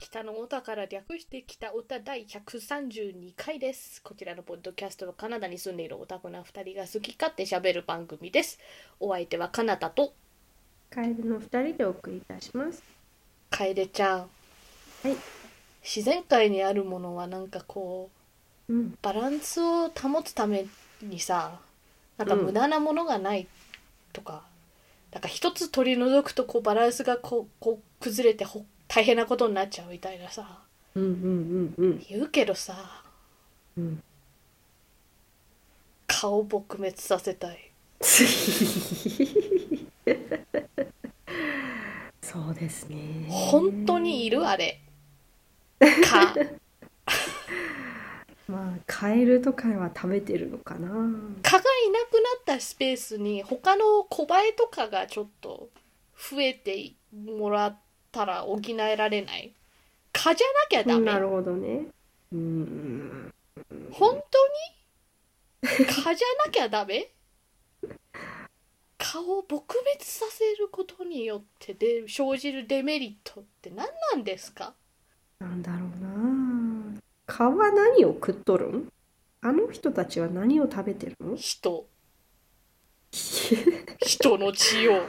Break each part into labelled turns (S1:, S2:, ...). S1: 北のオタから略して北オタ第132回です。こちらのポッドキャストはカナダに住んでいるオタクな2人が好き勝手喋る番組です。お相手はカナダと
S2: カエルの二人でお送りいたします。
S1: 楓ちゃん。
S2: はい
S1: 自然界にあるものはなんかこう
S2: うん、
S1: バランスを保つためにさなんか
S2: うん
S1: 無駄なものがないとか、なんか一つ取り除くとこうバランスがこうこう崩れてほ大変なことになっちゃうみたいなさ
S2: うんうんうんうん
S1: 言うけどさ
S2: うん。
S1: 顔撲滅させたい
S2: そうですね。
S1: 本当にいるあれ か
S2: まあカエルとかは食べてるのかな。
S1: 蚊がいなくなったスペースに他の小バエとかがちょっと増えてもらったら補えられない蚊じゃなきゃダメ
S2: なるほどね。うん。
S1: 本当に蚊じゃなきゃダメ蚊を撲滅させることによってで生じるデメリットって何なんですか
S2: なんだろうな。蚊は何を食っとるん？あの人たちは何を食べてる の？
S1: 人人の血を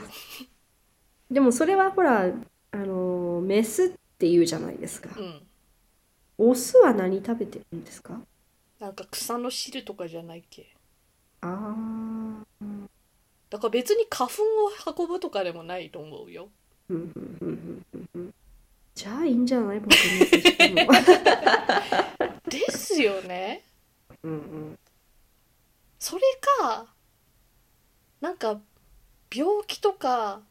S2: でもそれはほらあのメスって言うじゃないですか
S1: う。ん
S2: オスは何食べてるんですか？
S1: なんか草の汁とかじゃないっけ
S2: ああ。
S1: だから別に花粉を運ぶとかでもないと思うよ
S2: うんうんうんうんうんうんじゃあいいんじゃない僕にしても。
S1: ですよね
S2: うんうん
S1: それかなんか病気とか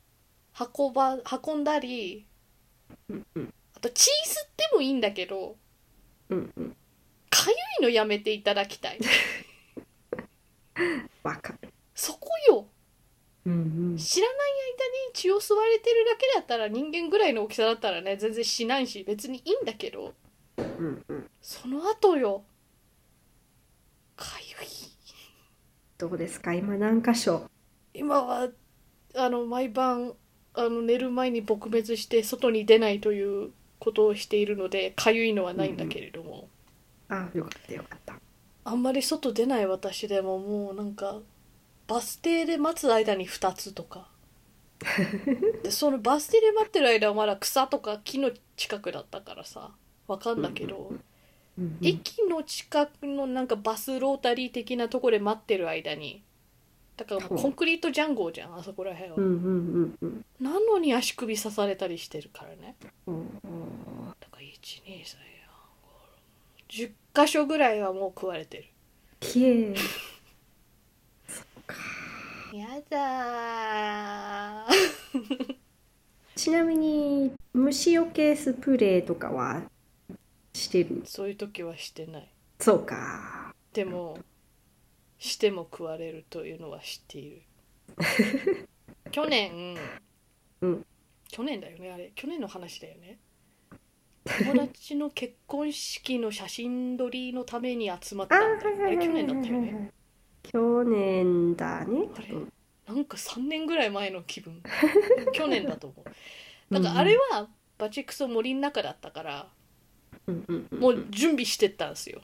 S1: 運ば運んだり
S2: うんうん
S1: あと血吸ってもいいんだけど
S2: うんうん
S1: かゆいのやめていただきたい
S2: わかる。
S1: そこよ
S2: うんうん
S1: 知らない間に血を吸われてるだけだったら人間ぐらいの大きさだったらね全然しないし別にいいんだけど
S2: うんうん
S1: その後よかゆい
S2: どうですか今何箇所
S1: 今はあの毎晩あの寝る前に撲滅して外に出ないということをしているのでかゆいのはないんだけれども、
S2: あよかったよかった。
S1: あんまり外出ない私でももうなんかバス停で待つ間に2つと かでそのバス停で待ってる間はまだ草とか木の近くだったからさわかんだけど、
S2: うんうん
S1: 駅の近くのなんかバスロータリー的なとこで待ってる間にだからもうコンクリートジャンゴーじゃんあそこら辺は、
S2: うんうんうんうん
S1: なのに足首刺されたりしてるからね
S2: おー
S1: だから1234510箇所ぐらいはもう食われてる
S2: きれい。
S1: やだー
S2: ちなみに虫除けスプレーとかはしてる
S1: そういう時はしてない
S2: そうか。
S1: でもしても食われるというのは知ってい る去年、
S2: うん
S1: 去年だよねあれ去年の話だよね友達の結婚式の写真撮りのために集まっ
S2: あ
S1: たんだよ
S2: ーは
S1: ね
S2: いはい
S1: 去
S2: はい
S1: 年だったよ
S2: はい
S1: ね
S2: はい。去年だね。
S1: あれ
S2: 多分
S1: なんか3年ぐらい前の気 分去年だと思う
S2: う
S1: なん
S2: ん
S1: かあれはバチクソ森の中だったから
S2: うんうんうん
S1: もう準備してったんですよ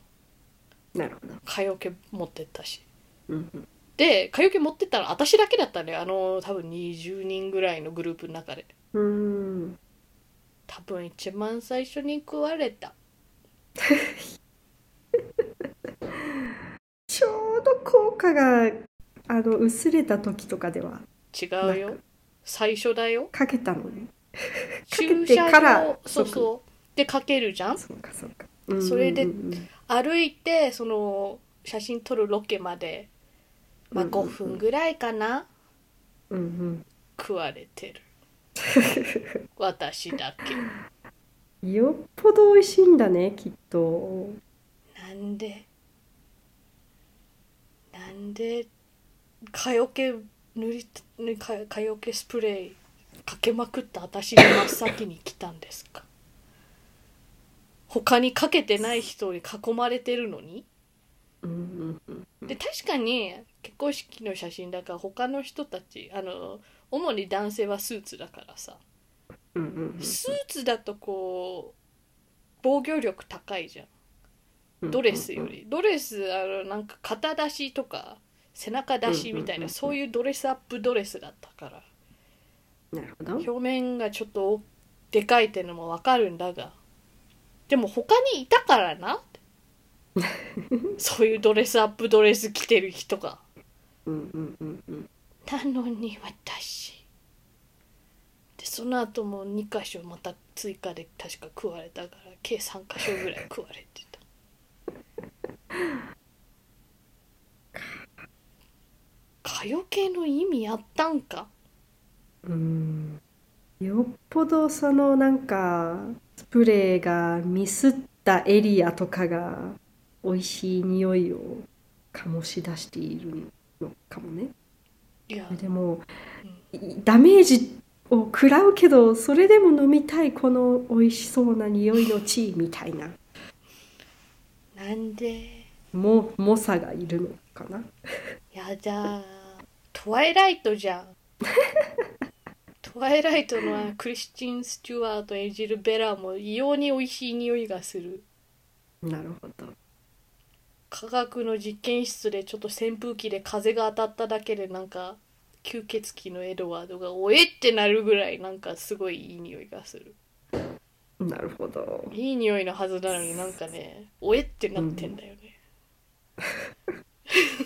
S2: なるほど。
S1: 蚊よけ持ってったし
S2: うんうん
S1: で蚊よけ持ってったの私だけだったんだよあの多分20人ぐらいのグループの中で
S2: うーん。
S1: 多分一番最初に食われた
S2: ちょうど効果があの薄れた時とかでは
S1: 違う
S2: な
S1: よ
S2: んか
S1: 最初だよ
S2: かけたのに。
S1: 駐
S2: けて
S1: 車
S2: から
S1: 場そう
S2: 即
S1: そうでかけるじゃん
S2: そうかそうか。うん
S1: それで
S2: うんうん
S1: 歩いてその写真撮るロケまで、まあ、
S2: うんうんう
S1: 5
S2: ん
S1: 分ぐらいかな、
S2: うんうん
S1: 食われ てる私だけ
S2: よっぽど美味しいんだねきっと。
S1: なんでなんで蚊よけ塗りね蚊蚊よけスプレーかけまくった私が真っ先に来たんですか他にかけてない人に囲まれてるのに
S2: うんうん
S1: で確かに結婚式の写真だから他の人たちあの主に男性はスーツだからさ
S2: うんうんうん
S1: スーツだとこう防御力高いじゃ
S2: うん
S1: んドレスよりドレスあのなんか肩出しとか背中出しみたい
S2: うんうんうんう
S1: なんそういうドレスアップドレスだったから
S2: なるほど
S1: 表面がちょっとでかいってのもわかるんだがでも他にいたからな そういうドレスアップドレス着てる人が
S2: うんうんうんうん
S1: なのに私でその後も2箇所また追加で確か食われたから計3箇所ぐらい食われてた蚊よけの意味あったんか
S2: うんよっぽどそのなんかスプレーがミスったエリアとかが美味しい匂いを醸し出しているのかもね
S1: いや
S2: でもいダメージを食らうけどそれでも飲みたいこの美味しそうな匂いの地位みたいな
S1: なんで
S2: も猛者がいるのかな
S1: やだートワイライトじゃん トワイライトのクリスティン・スチュワート演じるベラも異様に美味しい匂いがする
S2: なるほど
S1: 科学の実験室でちょっと扇風機で風が当たっただけでなんか吸血鬼のエドワードが「おえ!」ってなるぐらいなんかすごいいい匂いがする
S2: なるほど
S1: いい匂いのはずなのになんかね「おえ!」ってなってんだよね、 あ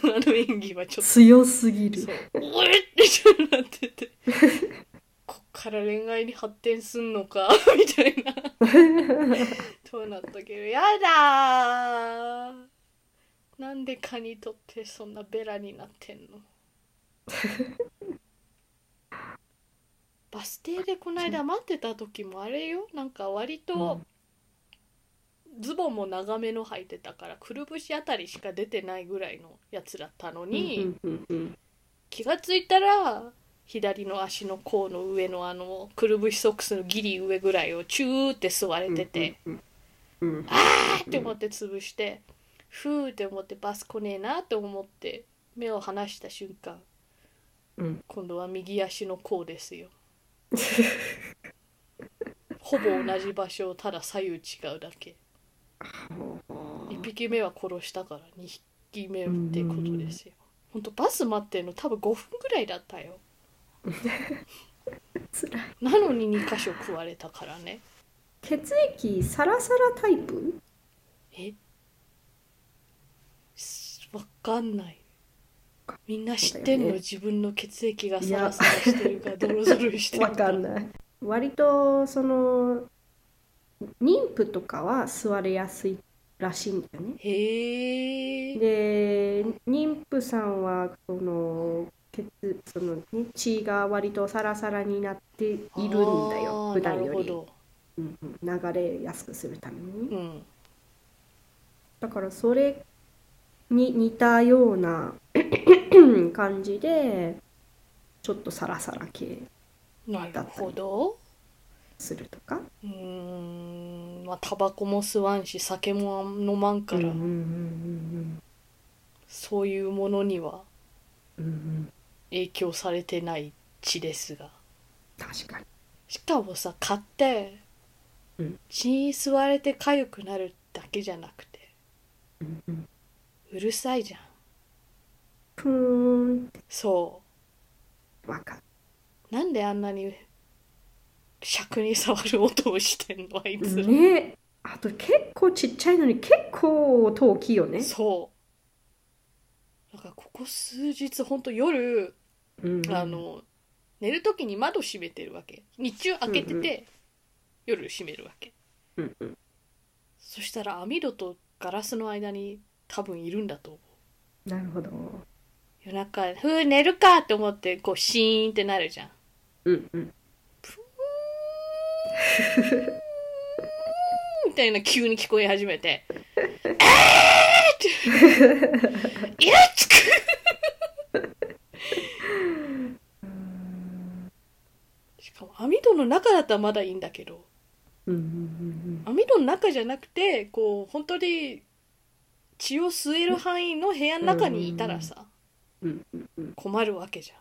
S1: の演技はちょっと
S2: 強すぎる
S1: そう「おえ!」ってちょっとなっててこっから恋愛に発展すんのかみたいなとなったけどやだーなんで蚊にとってそんなベラになってんのバス停でこの間待ってた時もあれよなんか割とズボンも長めの履いてたからくるぶしあたりしか出てないぐらいのやつだったのに、
S2: うんうんうん
S1: 気がついたら左の足の甲の上のあのくるぶしソックスのギリ上ぐらいをチューって吸われ
S2: うん
S1: てて、
S2: うんうんうん
S1: あーって思って潰してふーって思ってバス来ねえなって思って目を離した瞬間
S2: うん
S1: 今度は右足の甲です よほぼ同じ場所をただ左右違うだけ
S2: ほうほう
S1: 1匹目は殺したから2匹目ってことですよほんとバス待ってんの多分5分ぐらいだったよ
S2: 辛い
S1: なのに2箇所食われたからね
S2: 血液サラサラタイプ
S1: えすわかんないみんな知ってん
S2: そうだ
S1: の
S2: よね
S1: 自分の血液が
S2: い
S1: サ
S2: や
S1: ラサラしてるかドロドロしてる
S2: わかんない割とその妊婦とかは吸われやすいらしいんだよね
S1: へえ
S2: で妊婦さんはその血その、ね、血が割とサラサラになっているんだよ普段より、うんうん、流れやすくするために、
S1: うん
S2: だからそれに似たような 感じでちょっとサラサラ系
S1: なるほど
S2: するとか、
S1: うーんまあタバコも吸わんし酒も飲まんから、
S2: うんうん
S1: そういうものには
S2: うんうんうんうん
S1: 影響されてない血ですが
S2: 確かに
S1: しかもさ買って
S2: うん
S1: 血に吸われて痒くなるだけじゃなくて
S2: うんうん
S1: うるさいじゃん
S2: プーンって
S1: そ
S2: わかる
S1: うなんであんなに尺に触る音をしてんのあいつら、
S2: ねあと結構ちっちゃいのに結構音大きいよね
S1: そうなんかここ数日ほんと夜、
S2: うん
S1: あの寝る時に窓閉めてるわけ日中開けてて、
S2: うんう
S1: 夜閉めるわけ
S2: うんうん
S1: そしたら網戸とガラスの間に多分いるんだと思う
S2: なるほど
S1: 夜中「ふう寝るか!」って思ってこうシーンってなるじゃん
S2: うんうん
S1: みたいな急に聞こえ始め て「えー!」って「イラつく!」しかも網戸の中だったらまだいいんだけど
S2: うんうん
S1: 網戸の中じゃなくてこう本当に血を吸える範囲の部屋の中にいたらさ
S2: うんうんうんうん
S1: 困るわけじゃん。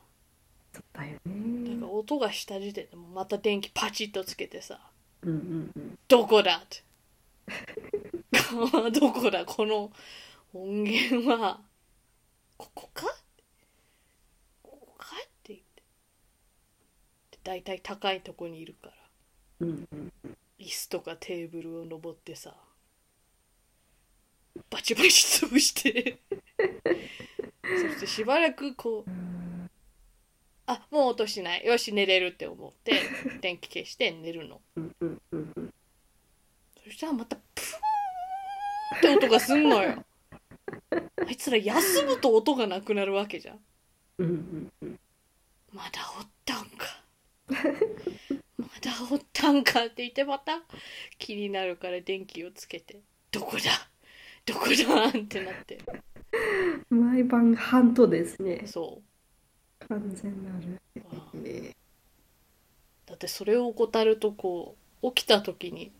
S2: そうだよ
S1: なん
S2: ね
S1: か音がした時点でもうまた電気パチッとつけてさ
S2: うんうんうん
S1: 「どこだ?」ってどこだこの音源はここかここかって言ってで大体高いとこにいるから
S2: うん
S1: 椅子とかテーブルを登ってさバチバチ潰してそしてしばらくこうあもう音しないよし寝れるって思って電気消して寝るの
S2: うんうんうんうん
S1: そしたらまたプーンって音がすんのよあいつら休むと音がなくなるわけじゃん
S2: うんうん
S1: まだおったんかまだおったんかって言ってまた気になるから電気をつけてどこだどこだってなって
S2: うん毎晩半島ですね
S1: そ
S2: 完全なる
S1: うああ
S2: え
S1: だってそれを怠るとこう起きた時に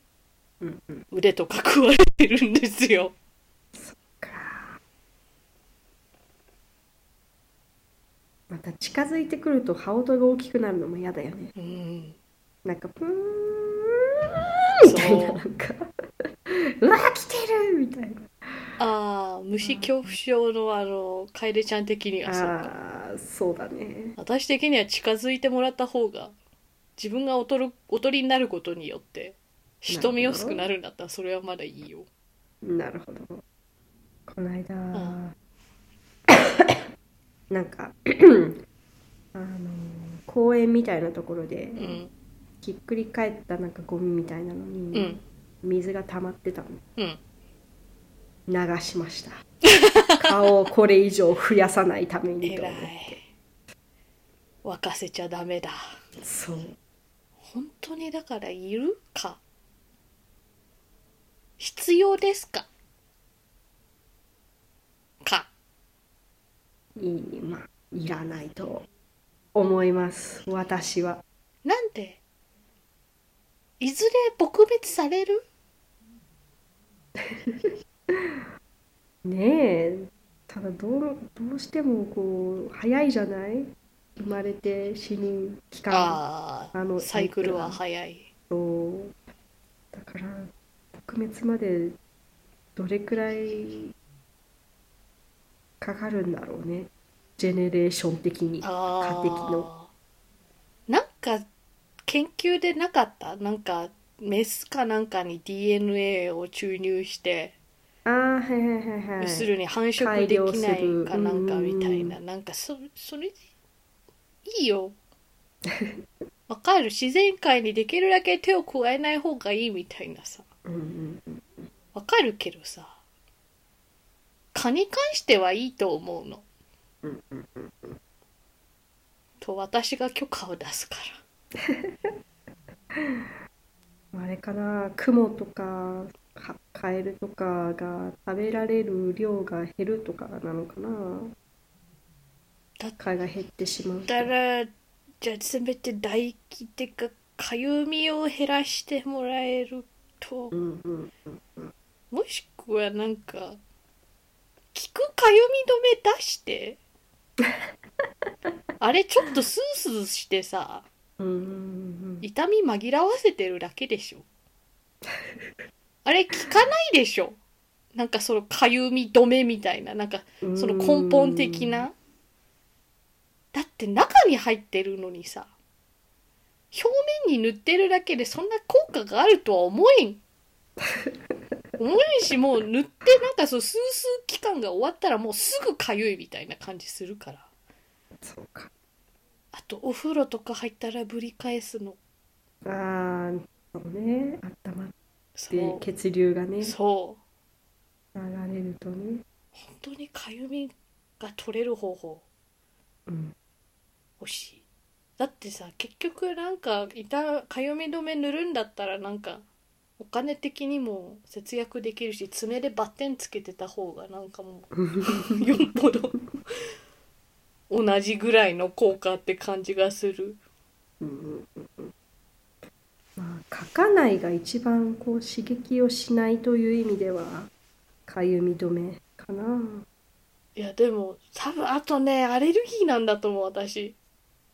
S2: うんうん
S1: 腕とか食われてるんですよ
S2: かまた近づいてくると羽音が大きくなるのも嫌だよね
S1: うん
S2: なんかプーンみたいな
S1: そう
S2: なんか うわ来てるみたいな
S1: ああ虫恐怖症のあの楓ちゃん的にはそうか
S2: ああそうだね
S1: 私的には近づいてもらった方が自分が劣る劣りになることによって人見やすくなるんだったらそれはまだいいよ
S2: なるほどこの間
S1: ん
S2: なんか あの公園みたいなところで
S1: うん
S2: ひっくり返ったなんかゴミみたいなの
S1: う
S2: に
S1: ん
S2: 水が溜まってたの
S1: うん
S2: 流しました 顔をこれ以上増やさないためにと
S1: 偉
S2: 思って
S1: い沸かせちゃダメだ
S2: そう
S1: 本当にだからいるか必要ですかか
S2: いいまあいらないと思います私は
S1: なんでいずれ撲滅される
S2: ねえただどうどうしてもこう早いじゃない生まれて死ぬ期間
S1: あ
S2: あの
S1: あサイクルは早い
S2: とだから撲滅までどれくらいかかるんだろうねジェネレーション的に
S1: あ
S2: 家庭の
S1: ーなんか研究でなかったなんかメスかなんかに DNA を注入して、
S2: ああはいはいはいはい
S1: 要するに繁殖
S2: 改
S1: で
S2: 良
S1: き
S2: す
S1: ない
S2: る
S1: かなんかみたいな
S2: う
S1: なんかそそれいいよ わかる自然界にできるだけ手を加えない方がいいみたいなさ
S2: うんうんうん
S1: わかるけどさ蚊に関してはいいと思うの
S2: うんうん
S1: と私が許可を出すから
S2: あれかな、雲とかはカエルとかが食べられる量が減るとかなのかな。
S1: だっ
S2: 蚊が減ってしまうと。
S1: だからじゃあせめて唾液ってかかゆみを減らしてもらえると
S2: うんうんうん。
S1: もしくはなんか効くかゆみ止め出して あれちょっとスースーしてさ
S2: うんうん
S1: 痛み紛らわせてるだけでしょあれ効かないでしょなんかそのかゆみ止めみたいななんか
S2: うんうん。
S1: その根本的
S2: う
S1: なだって中に入ってるのにさ表面に塗ってるだけでそんな効果があるとは思えん思えんしもう塗ってなんかそう数数期間が終わったらもうすぐかゆいみたいな感じするから
S2: ん。そうか。
S1: あとお風呂とか入ったらぶり返すの
S2: ああ、そうね。温まっ
S1: そ
S2: て
S1: う
S2: 血流がね、
S1: そう
S2: 流れるとね。
S1: 本当にかゆみが取れる方法
S2: うん。
S1: 欲しいだってさ結局なんか痛かゆみ止め塗るんだったらなんかお金的にも節約できるし爪でバッテンつけてた方がなんかも うよっぽど同じぐらいの効果って感じがする
S2: うんうんうんうんまあ、書かないが一番こう刺激をしないという意味では、かゆみ止めかな。
S1: いやでも多分あとねアレルギーなんだと思う私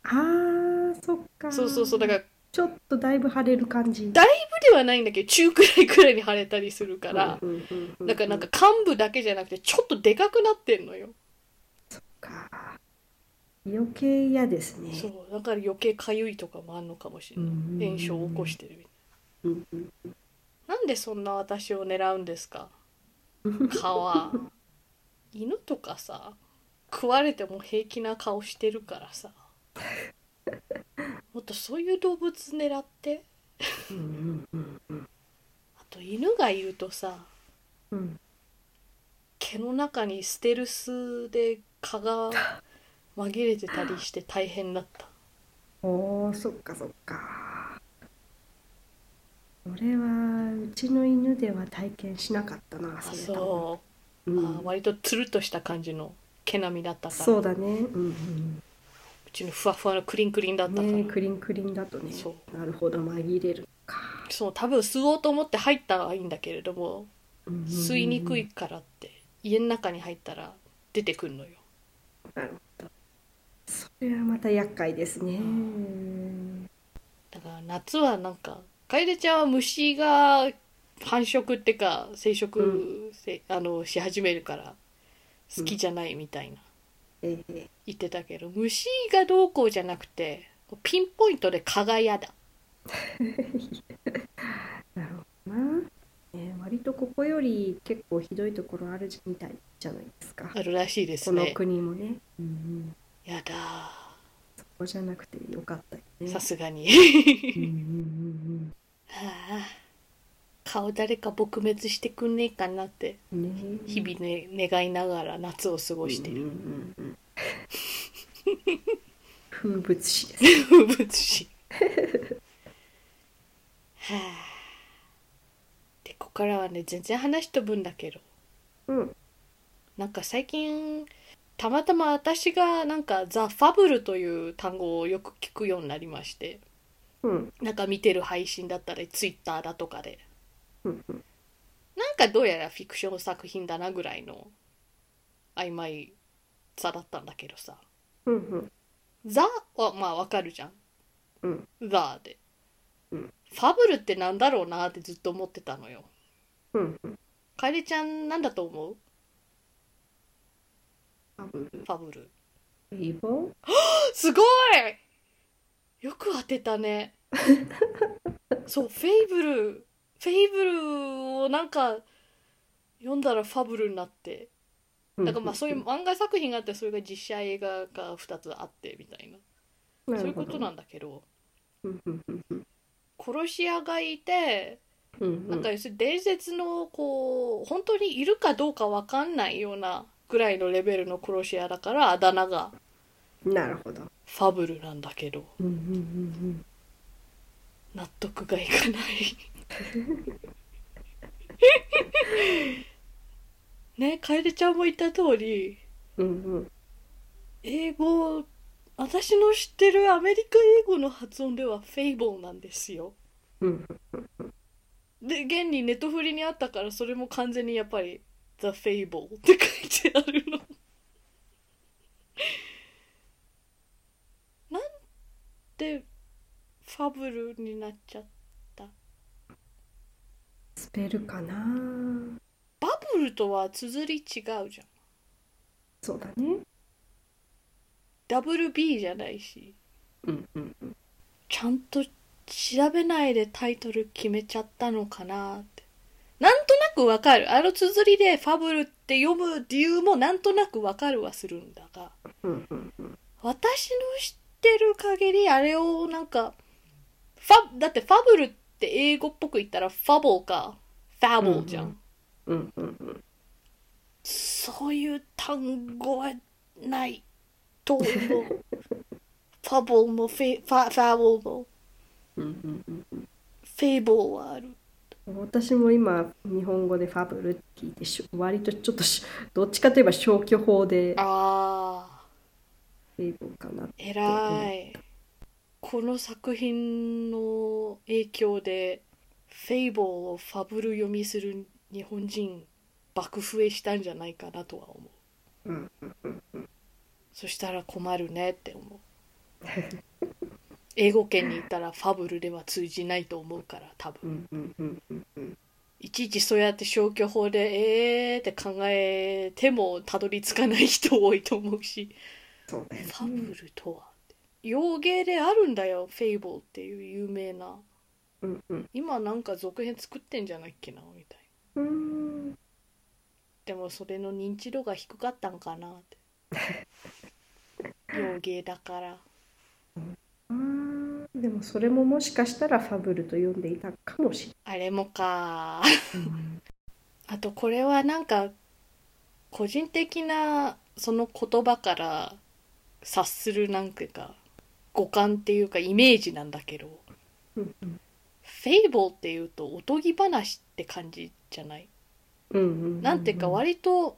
S2: ああ、そっか。
S1: そうそうそうだから
S2: ちょっとだいぶ晴れる感じ
S1: だ部ではないんだけど中くらいくらいに晴れたりするから、
S2: うんうんうんうん
S1: なんかなんか幹部だけじゃなくてちょっとでかくなってんのよ、
S2: か余計嫌ですね
S1: そうだから余計かゆいとかもあんのかもしれない、炎症を起こしててるみたい
S2: うんうん
S1: ななんでそんな私を狙うんです か蚊は犬とかさ食われても平気な顔してるから さもっとそういう動物狙って
S2: うんうん
S1: あと犬がいるとさ
S2: うん
S1: 毛の中にステルスで蚊が紛れてたりして大変だった
S2: おーそっかそっかそれはうちの犬では体験しなかったな
S1: あ
S2: それ
S1: そう、
S2: う、うん
S1: あ割とつるっとした感じの毛並みだったから
S2: そうだねうん
S1: うちのふわふわのクリンクリンだっ
S2: うん
S1: たから、
S2: ねクリンクリンだとね
S1: そ
S2: なるほど紛れるか
S1: そう多分吸おうと思って入ったはいいんだけれども
S2: うんうんうん
S1: 吸いにくいからって家の中に入ったら出てくるのよ
S2: なるほどそれはまた厄介ですね
S1: だから夏はなんか楓ちゃんは虫が繁殖ってか生殖、せあのし始めるから好きじゃないみたいな、
S2: ええ
S1: 言ってたけど虫がどうこうじゃなくてピンポイントで蚊が嫌だ
S2: なるほどな、えー割とここより結構ひどいところあるみたいじゃないですか
S1: あるらしいです
S2: この
S1: ね
S2: 国もね、うんうん、
S1: やだ
S2: そこじゃなくてよかったよね
S1: さすがに
S2: うんうんうん
S1: はあ顔誰か撲滅してくんねえかなって
S2: うんね
S1: 日々ね願いながら夏を過ごして
S2: う
S1: る
S2: んうんうんうん風物詩です
S1: 風物 詩はあでここからはね全然話飛ぶんだけど
S2: うん
S1: なんか最近たまたま私がなんか「ザ・ファブル」という単語をよく聞くようになりまして
S2: うん
S1: なんか見てる配信だったりツイッターだとかで
S2: うんうん
S1: なんかどうやらフィクション作品だなぐらいの曖昧さだったんだけどさ
S2: うんうん
S1: 「ザ」はまあわかるじゃん
S2: うん
S1: 「ザ」で、
S2: うん
S1: ファブルってなんだろうなってずっと思ってたのよ
S2: うんうん
S1: 楓ちゃんなんだと思う
S2: あうん
S1: ファブ ル
S2: 英語
S1: すごいよく当てたね そうフェイブルフェイブルをなんか読んだらファブルになってなんかまあそういう漫画作品があってそれが実写映画が2つあってみたいな
S2: うん
S1: そういうこと
S2: な
S1: な
S2: る
S1: んだけど
S2: ほどうんうんうんうん
S1: 殺し屋がいて
S2: うん
S1: なんか要するに伝説のこう本当にいるかどうかわかんないようなぐらいのレベルの殺し屋だからあだ名が
S2: なるほど
S1: ファブルなんだけど
S2: うんうんうんうん
S1: 納得がいかない ね楓ちゃんも言った通り
S2: うんうん
S1: 英語私の知ってるアメリカ英語の発音ではフェイボーなんですよ
S2: うん
S1: で現にネットフリにあったからそれも完全にやっぱり「The Fable」って書いてあるの なんでファブルになっちゃった
S2: スペルかな
S1: バブルとは綴り違うじゃん
S2: そうだね
S1: ダブル B じゃないし
S2: うんうん
S1: ちゃんと調べないでタイトル決めちゃったのかなってなんとなくわかるあの綴りで「ファブル」って読む理由もなんとなくわかるはするんだが
S2: うんうんうん
S1: 私の知ってる限りあれをなんかファだって「ファブル」って英語っぽく言ったら「ファボー」か「ファボー」じゃん、
S2: うんうんうんうん
S1: そういう単語はないと思う ファボーもフェファファボーも
S2: うんうんうん
S1: フェイボーはある
S2: 私も今日本語でファブルって聞いてし割とちょっとしどっちかといえば消去法で
S1: ああ
S2: 英語かな
S1: 偉いこの作品の影響でフェイボーをファブル読みする日本人爆増えしたんじゃないかなとは思う
S2: うん
S1: そしたら困るねって思う英語圏にいたらファブルでは通じないと思うから多分
S2: うんうんうんうんうん
S1: いちいちそうやって消去法でえーって考えてもたどり着かない人多いと思うし
S2: そうだよね
S1: ファブルとはって洋芸であるんだよフェイボーっていう有名な
S2: うんうん
S1: 今なんか続編作ってんじゃないっけなみたいな
S2: うーん
S1: でもそれの認知度が低かったんかなって 洋芸だから
S2: あーでもそれももしかしたらファブルと読んでいたかもし
S1: あれもか
S2: れない
S1: あとこれはなんか個人的なその言葉から察するなんていうか五感っていうかイメージなんだけど
S2: うんうん
S1: フェイボーっていうとおとぎ話って感じじゃない
S2: うんうんうん
S1: なんていうか割と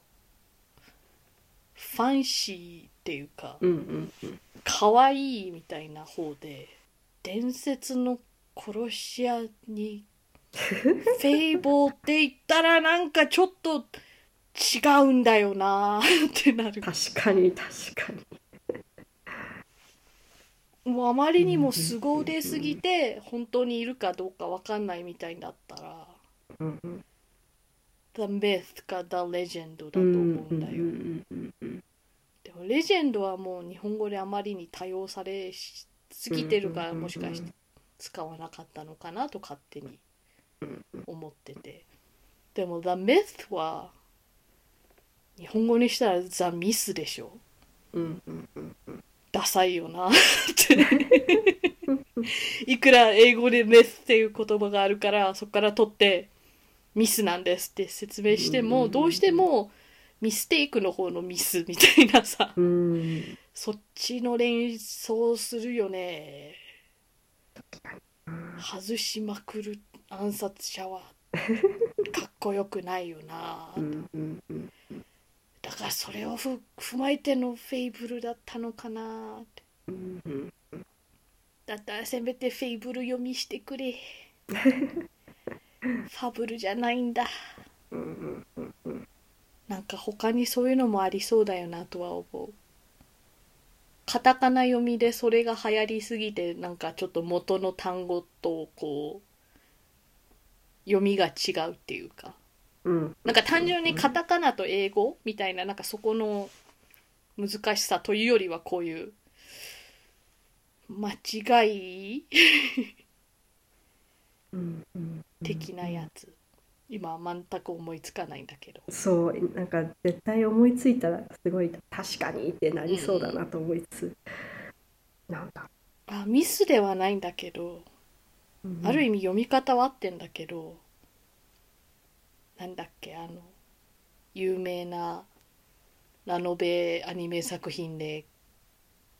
S1: ファンシーっていうか
S2: うんうん
S1: 可愛いみたいな方で伝説の殺し屋に フェイボーって言ったらなんかちょっと違うんだよなーってなる
S2: 確かに確かに
S1: もうあまりにも凄腕すぎて本当にいるかどうかわかんないみたいだったら
S2: うんうん
S1: The Myth か The Legend だと
S2: う
S1: 思うんんだよ、
S2: うんうんうん
S1: でもレジェンドはもう日本語であまりに多用されしすぎてるから
S2: うんうんうんうん
S1: もしかして使わなかったのかなと勝手に思っててでも「The Myth」は日本語にしたら「ザ・ミス」でしょ
S2: うんうんうん
S1: ダサいよなっていくら英語で「メス」っていう言葉があるからそこから取って「ミスなんです」って説明して
S2: うんうんう
S1: も
S2: ん
S1: どうしても「ミステイク」の方の「ミス」みたいなさ
S2: うん
S1: そっちの連想するよね外しまくる暗殺者はかっこよくないよな、
S2: うんうんうん
S1: だからそれをふ踏まえてのフェイブルだったのかなって
S2: うんうん
S1: だったらせめてフェイブル読みしてくれファブルじゃないんだなんか他にそういうのもありそうだよなとは思うカタカナ読みでそれが流行りすぎてなんかちょっと元の単語とこう読みが違うっていうか
S2: うん
S1: なんか単純にカタカナと英語みたいななんかそこの難しさというよりはこういう間違い
S2: うんうん
S1: 的なやつ、今は全く思いつかないんだけど
S2: そうなんか絶対思いついたらすごい確かにってなりそうだなと思いつつなんだ
S1: あミスではないんだけどある
S2: 意
S1: 意味読み方は合ってんだけど、なんだっけあの有名なラノベアニメ作品で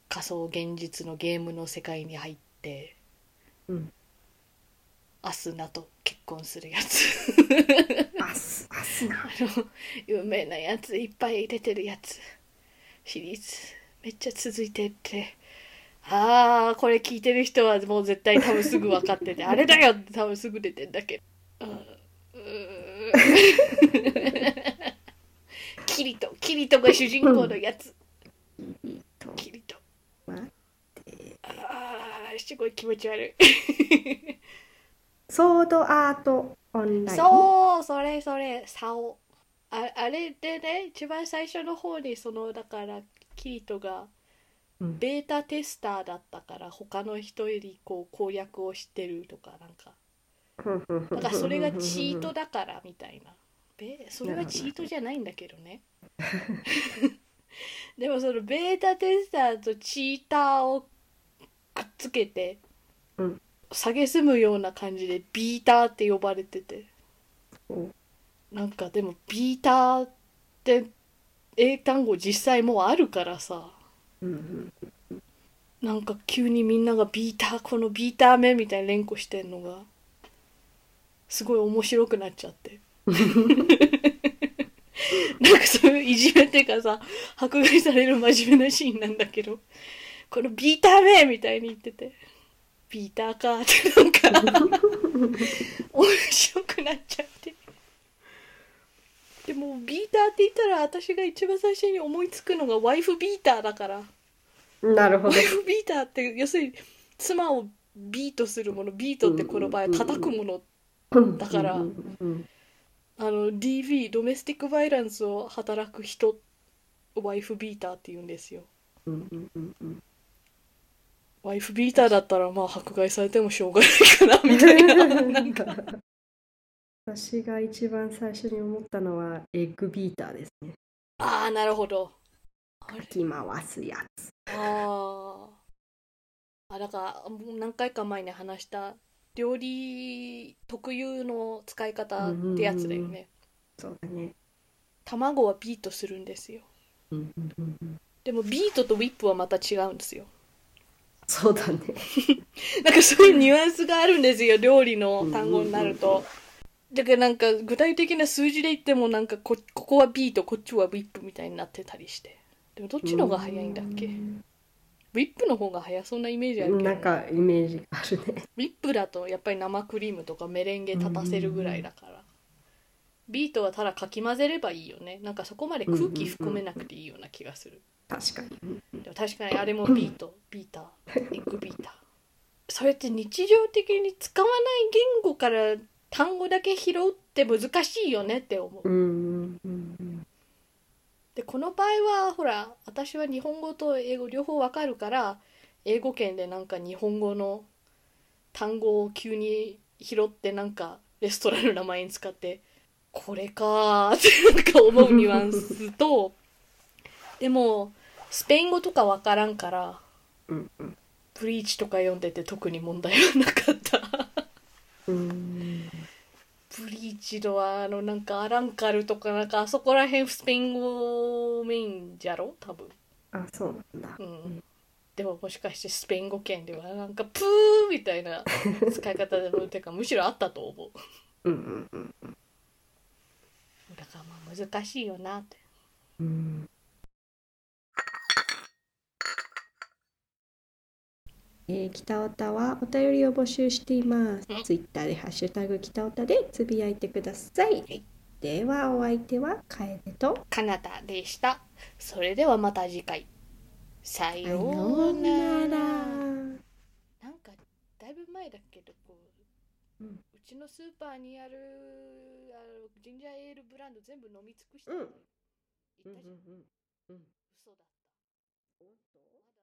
S1: 仮想現実のゲームの世界に入って、
S2: うん
S1: アスナと結婚するやつ
S2: 味アスアスな
S1: あの有名なやついっぱい出てるやつシリーズめっちゃ続いてってああこれ聞いてる人はもう絶対多分すぐ分かっててあれだよって多分すぐ出てんだけどうんうーんキリトキリトが主人公のやつ
S2: と
S1: キリト
S2: 待っ
S1: ああすごい気持ち悪い
S2: ソードアートオンライン
S1: そうそれそれ竿ああれでね一番最初の方にそのだからキリトが
S2: うん
S1: ベータテスターだったから他の人よりこう攻略をしてるとかなんかだからそれがチートだからみたいなべそれはチートじゃないんだけど ねでもそのベータテスターとチーターをくっつけて、
S2: うん
S1: 下げすむような感じでビーターって呼ばれてて
S2: お
S1: なんかでもビーターって英単語実際もうあるからさ
S2: うん
S1: なんか急にみんながビーターこのビーター目みたいに連呼してんのがすごい面白くなっちゃってなんかそういういじめっていうかさ迫害される真面目なシーンなんだけどこのビーター目みたいに言っててビーターかってなんか面白くなっちゃってでもビーターって言ったら私が一番最初に思いつくのがワイフビーターだから
S2: うんなるほ
S1: ワ
S2: ど
S1: イフビーターって要するに妻をビートするものビートってこの場合叩くもの
S2: う ん
S1: だから
S2: うんうん
S1: あの DV ドメスティックバイランスを働く人ワイフビーターって言うんですよ
S2: うんうんうんうん
S1: ワイフビーターだったらまあ迫害されてもしょうがないかなみたいな なんか
S2: 私が一番最初に思ったのはエッグビーターですね。
S1: ああなるほどあれ
S2: かき回すやつ。
S1: あーあだからもう何回か前に話した料理特有の使い方ってやつだよ
S2: うんうんう
S1: ね
S2: そうだね。
S1: 卵はビートするんですよ
S2: うんうんうんうん
S1: でもビートとウィップはまた違うんですよ
S2: そうだね。
S1: なんかそういうニュアンスがあるんですよ料理の単語になる
S2: うんうんう
S1: とだからなんか具体的な数字で言ってもなんかこここはビートこっちはウィップみたいになってたりしてでもどっちの方が早いんだっけウィップの方が早そうなイメージあるけどね
S2: なんかイメージがあるね。
S1: ウィップだとやっぱり生クリームとかメレンゲ立たせるぐらいだから、ビートはただかき混ぜればいいよねなんかそこまで空気含めなくていいような気がする、
S2: 確かに。
S1: でも確かにあれもビートビーターエッグビーターそれって日常的に使わない言語から単語だけ拾うって難しいよねって思う
S2: うんうんうん
S1: でこの場合はほら私は日本語と英語両方わかるから英語圏でなんか日本語の単語を急に拾ってなんかレストランの名前に使ってこれかーってなんか思うニュアンスとでもスペイン語とかわからんから
S2: うんうん
S1: ブリーチとか読んでて特に問題はなかった。
S2: うん
S1: ブリーチのあのなんかアランカルとかなんかあそこら辺スペイン語メインじゃろ多分。
S2: あ、そうなんだ
S1: う。ん、でももしかしてスペイン語圏ではなんかプーみたいな使い方で もてかむしろあったと思う
S2: うんうんうん
S1: だからまあ難しいよなって
S2: うん。えー、北オタはお便りを募集しています
S1: うん。
S2: ツイッターでハッシュタグ北オタでつぶやいてください。
S1: い
S2: ではお相手は楓と
S1: カナダでしたそれではまた次回さ
S2: さ
S1: よ
S2: よ
S1: う
S2: う
S1: なら
S2: な
S1: な
S2: ら。
S1: んかだいぶ前だけどこう、
S2: うん
S1: ちのスーパーにあるあのジンジャーエールブランド全部飲み尽くして、
S2: うん
S1: 言ったじゃん、嘘だった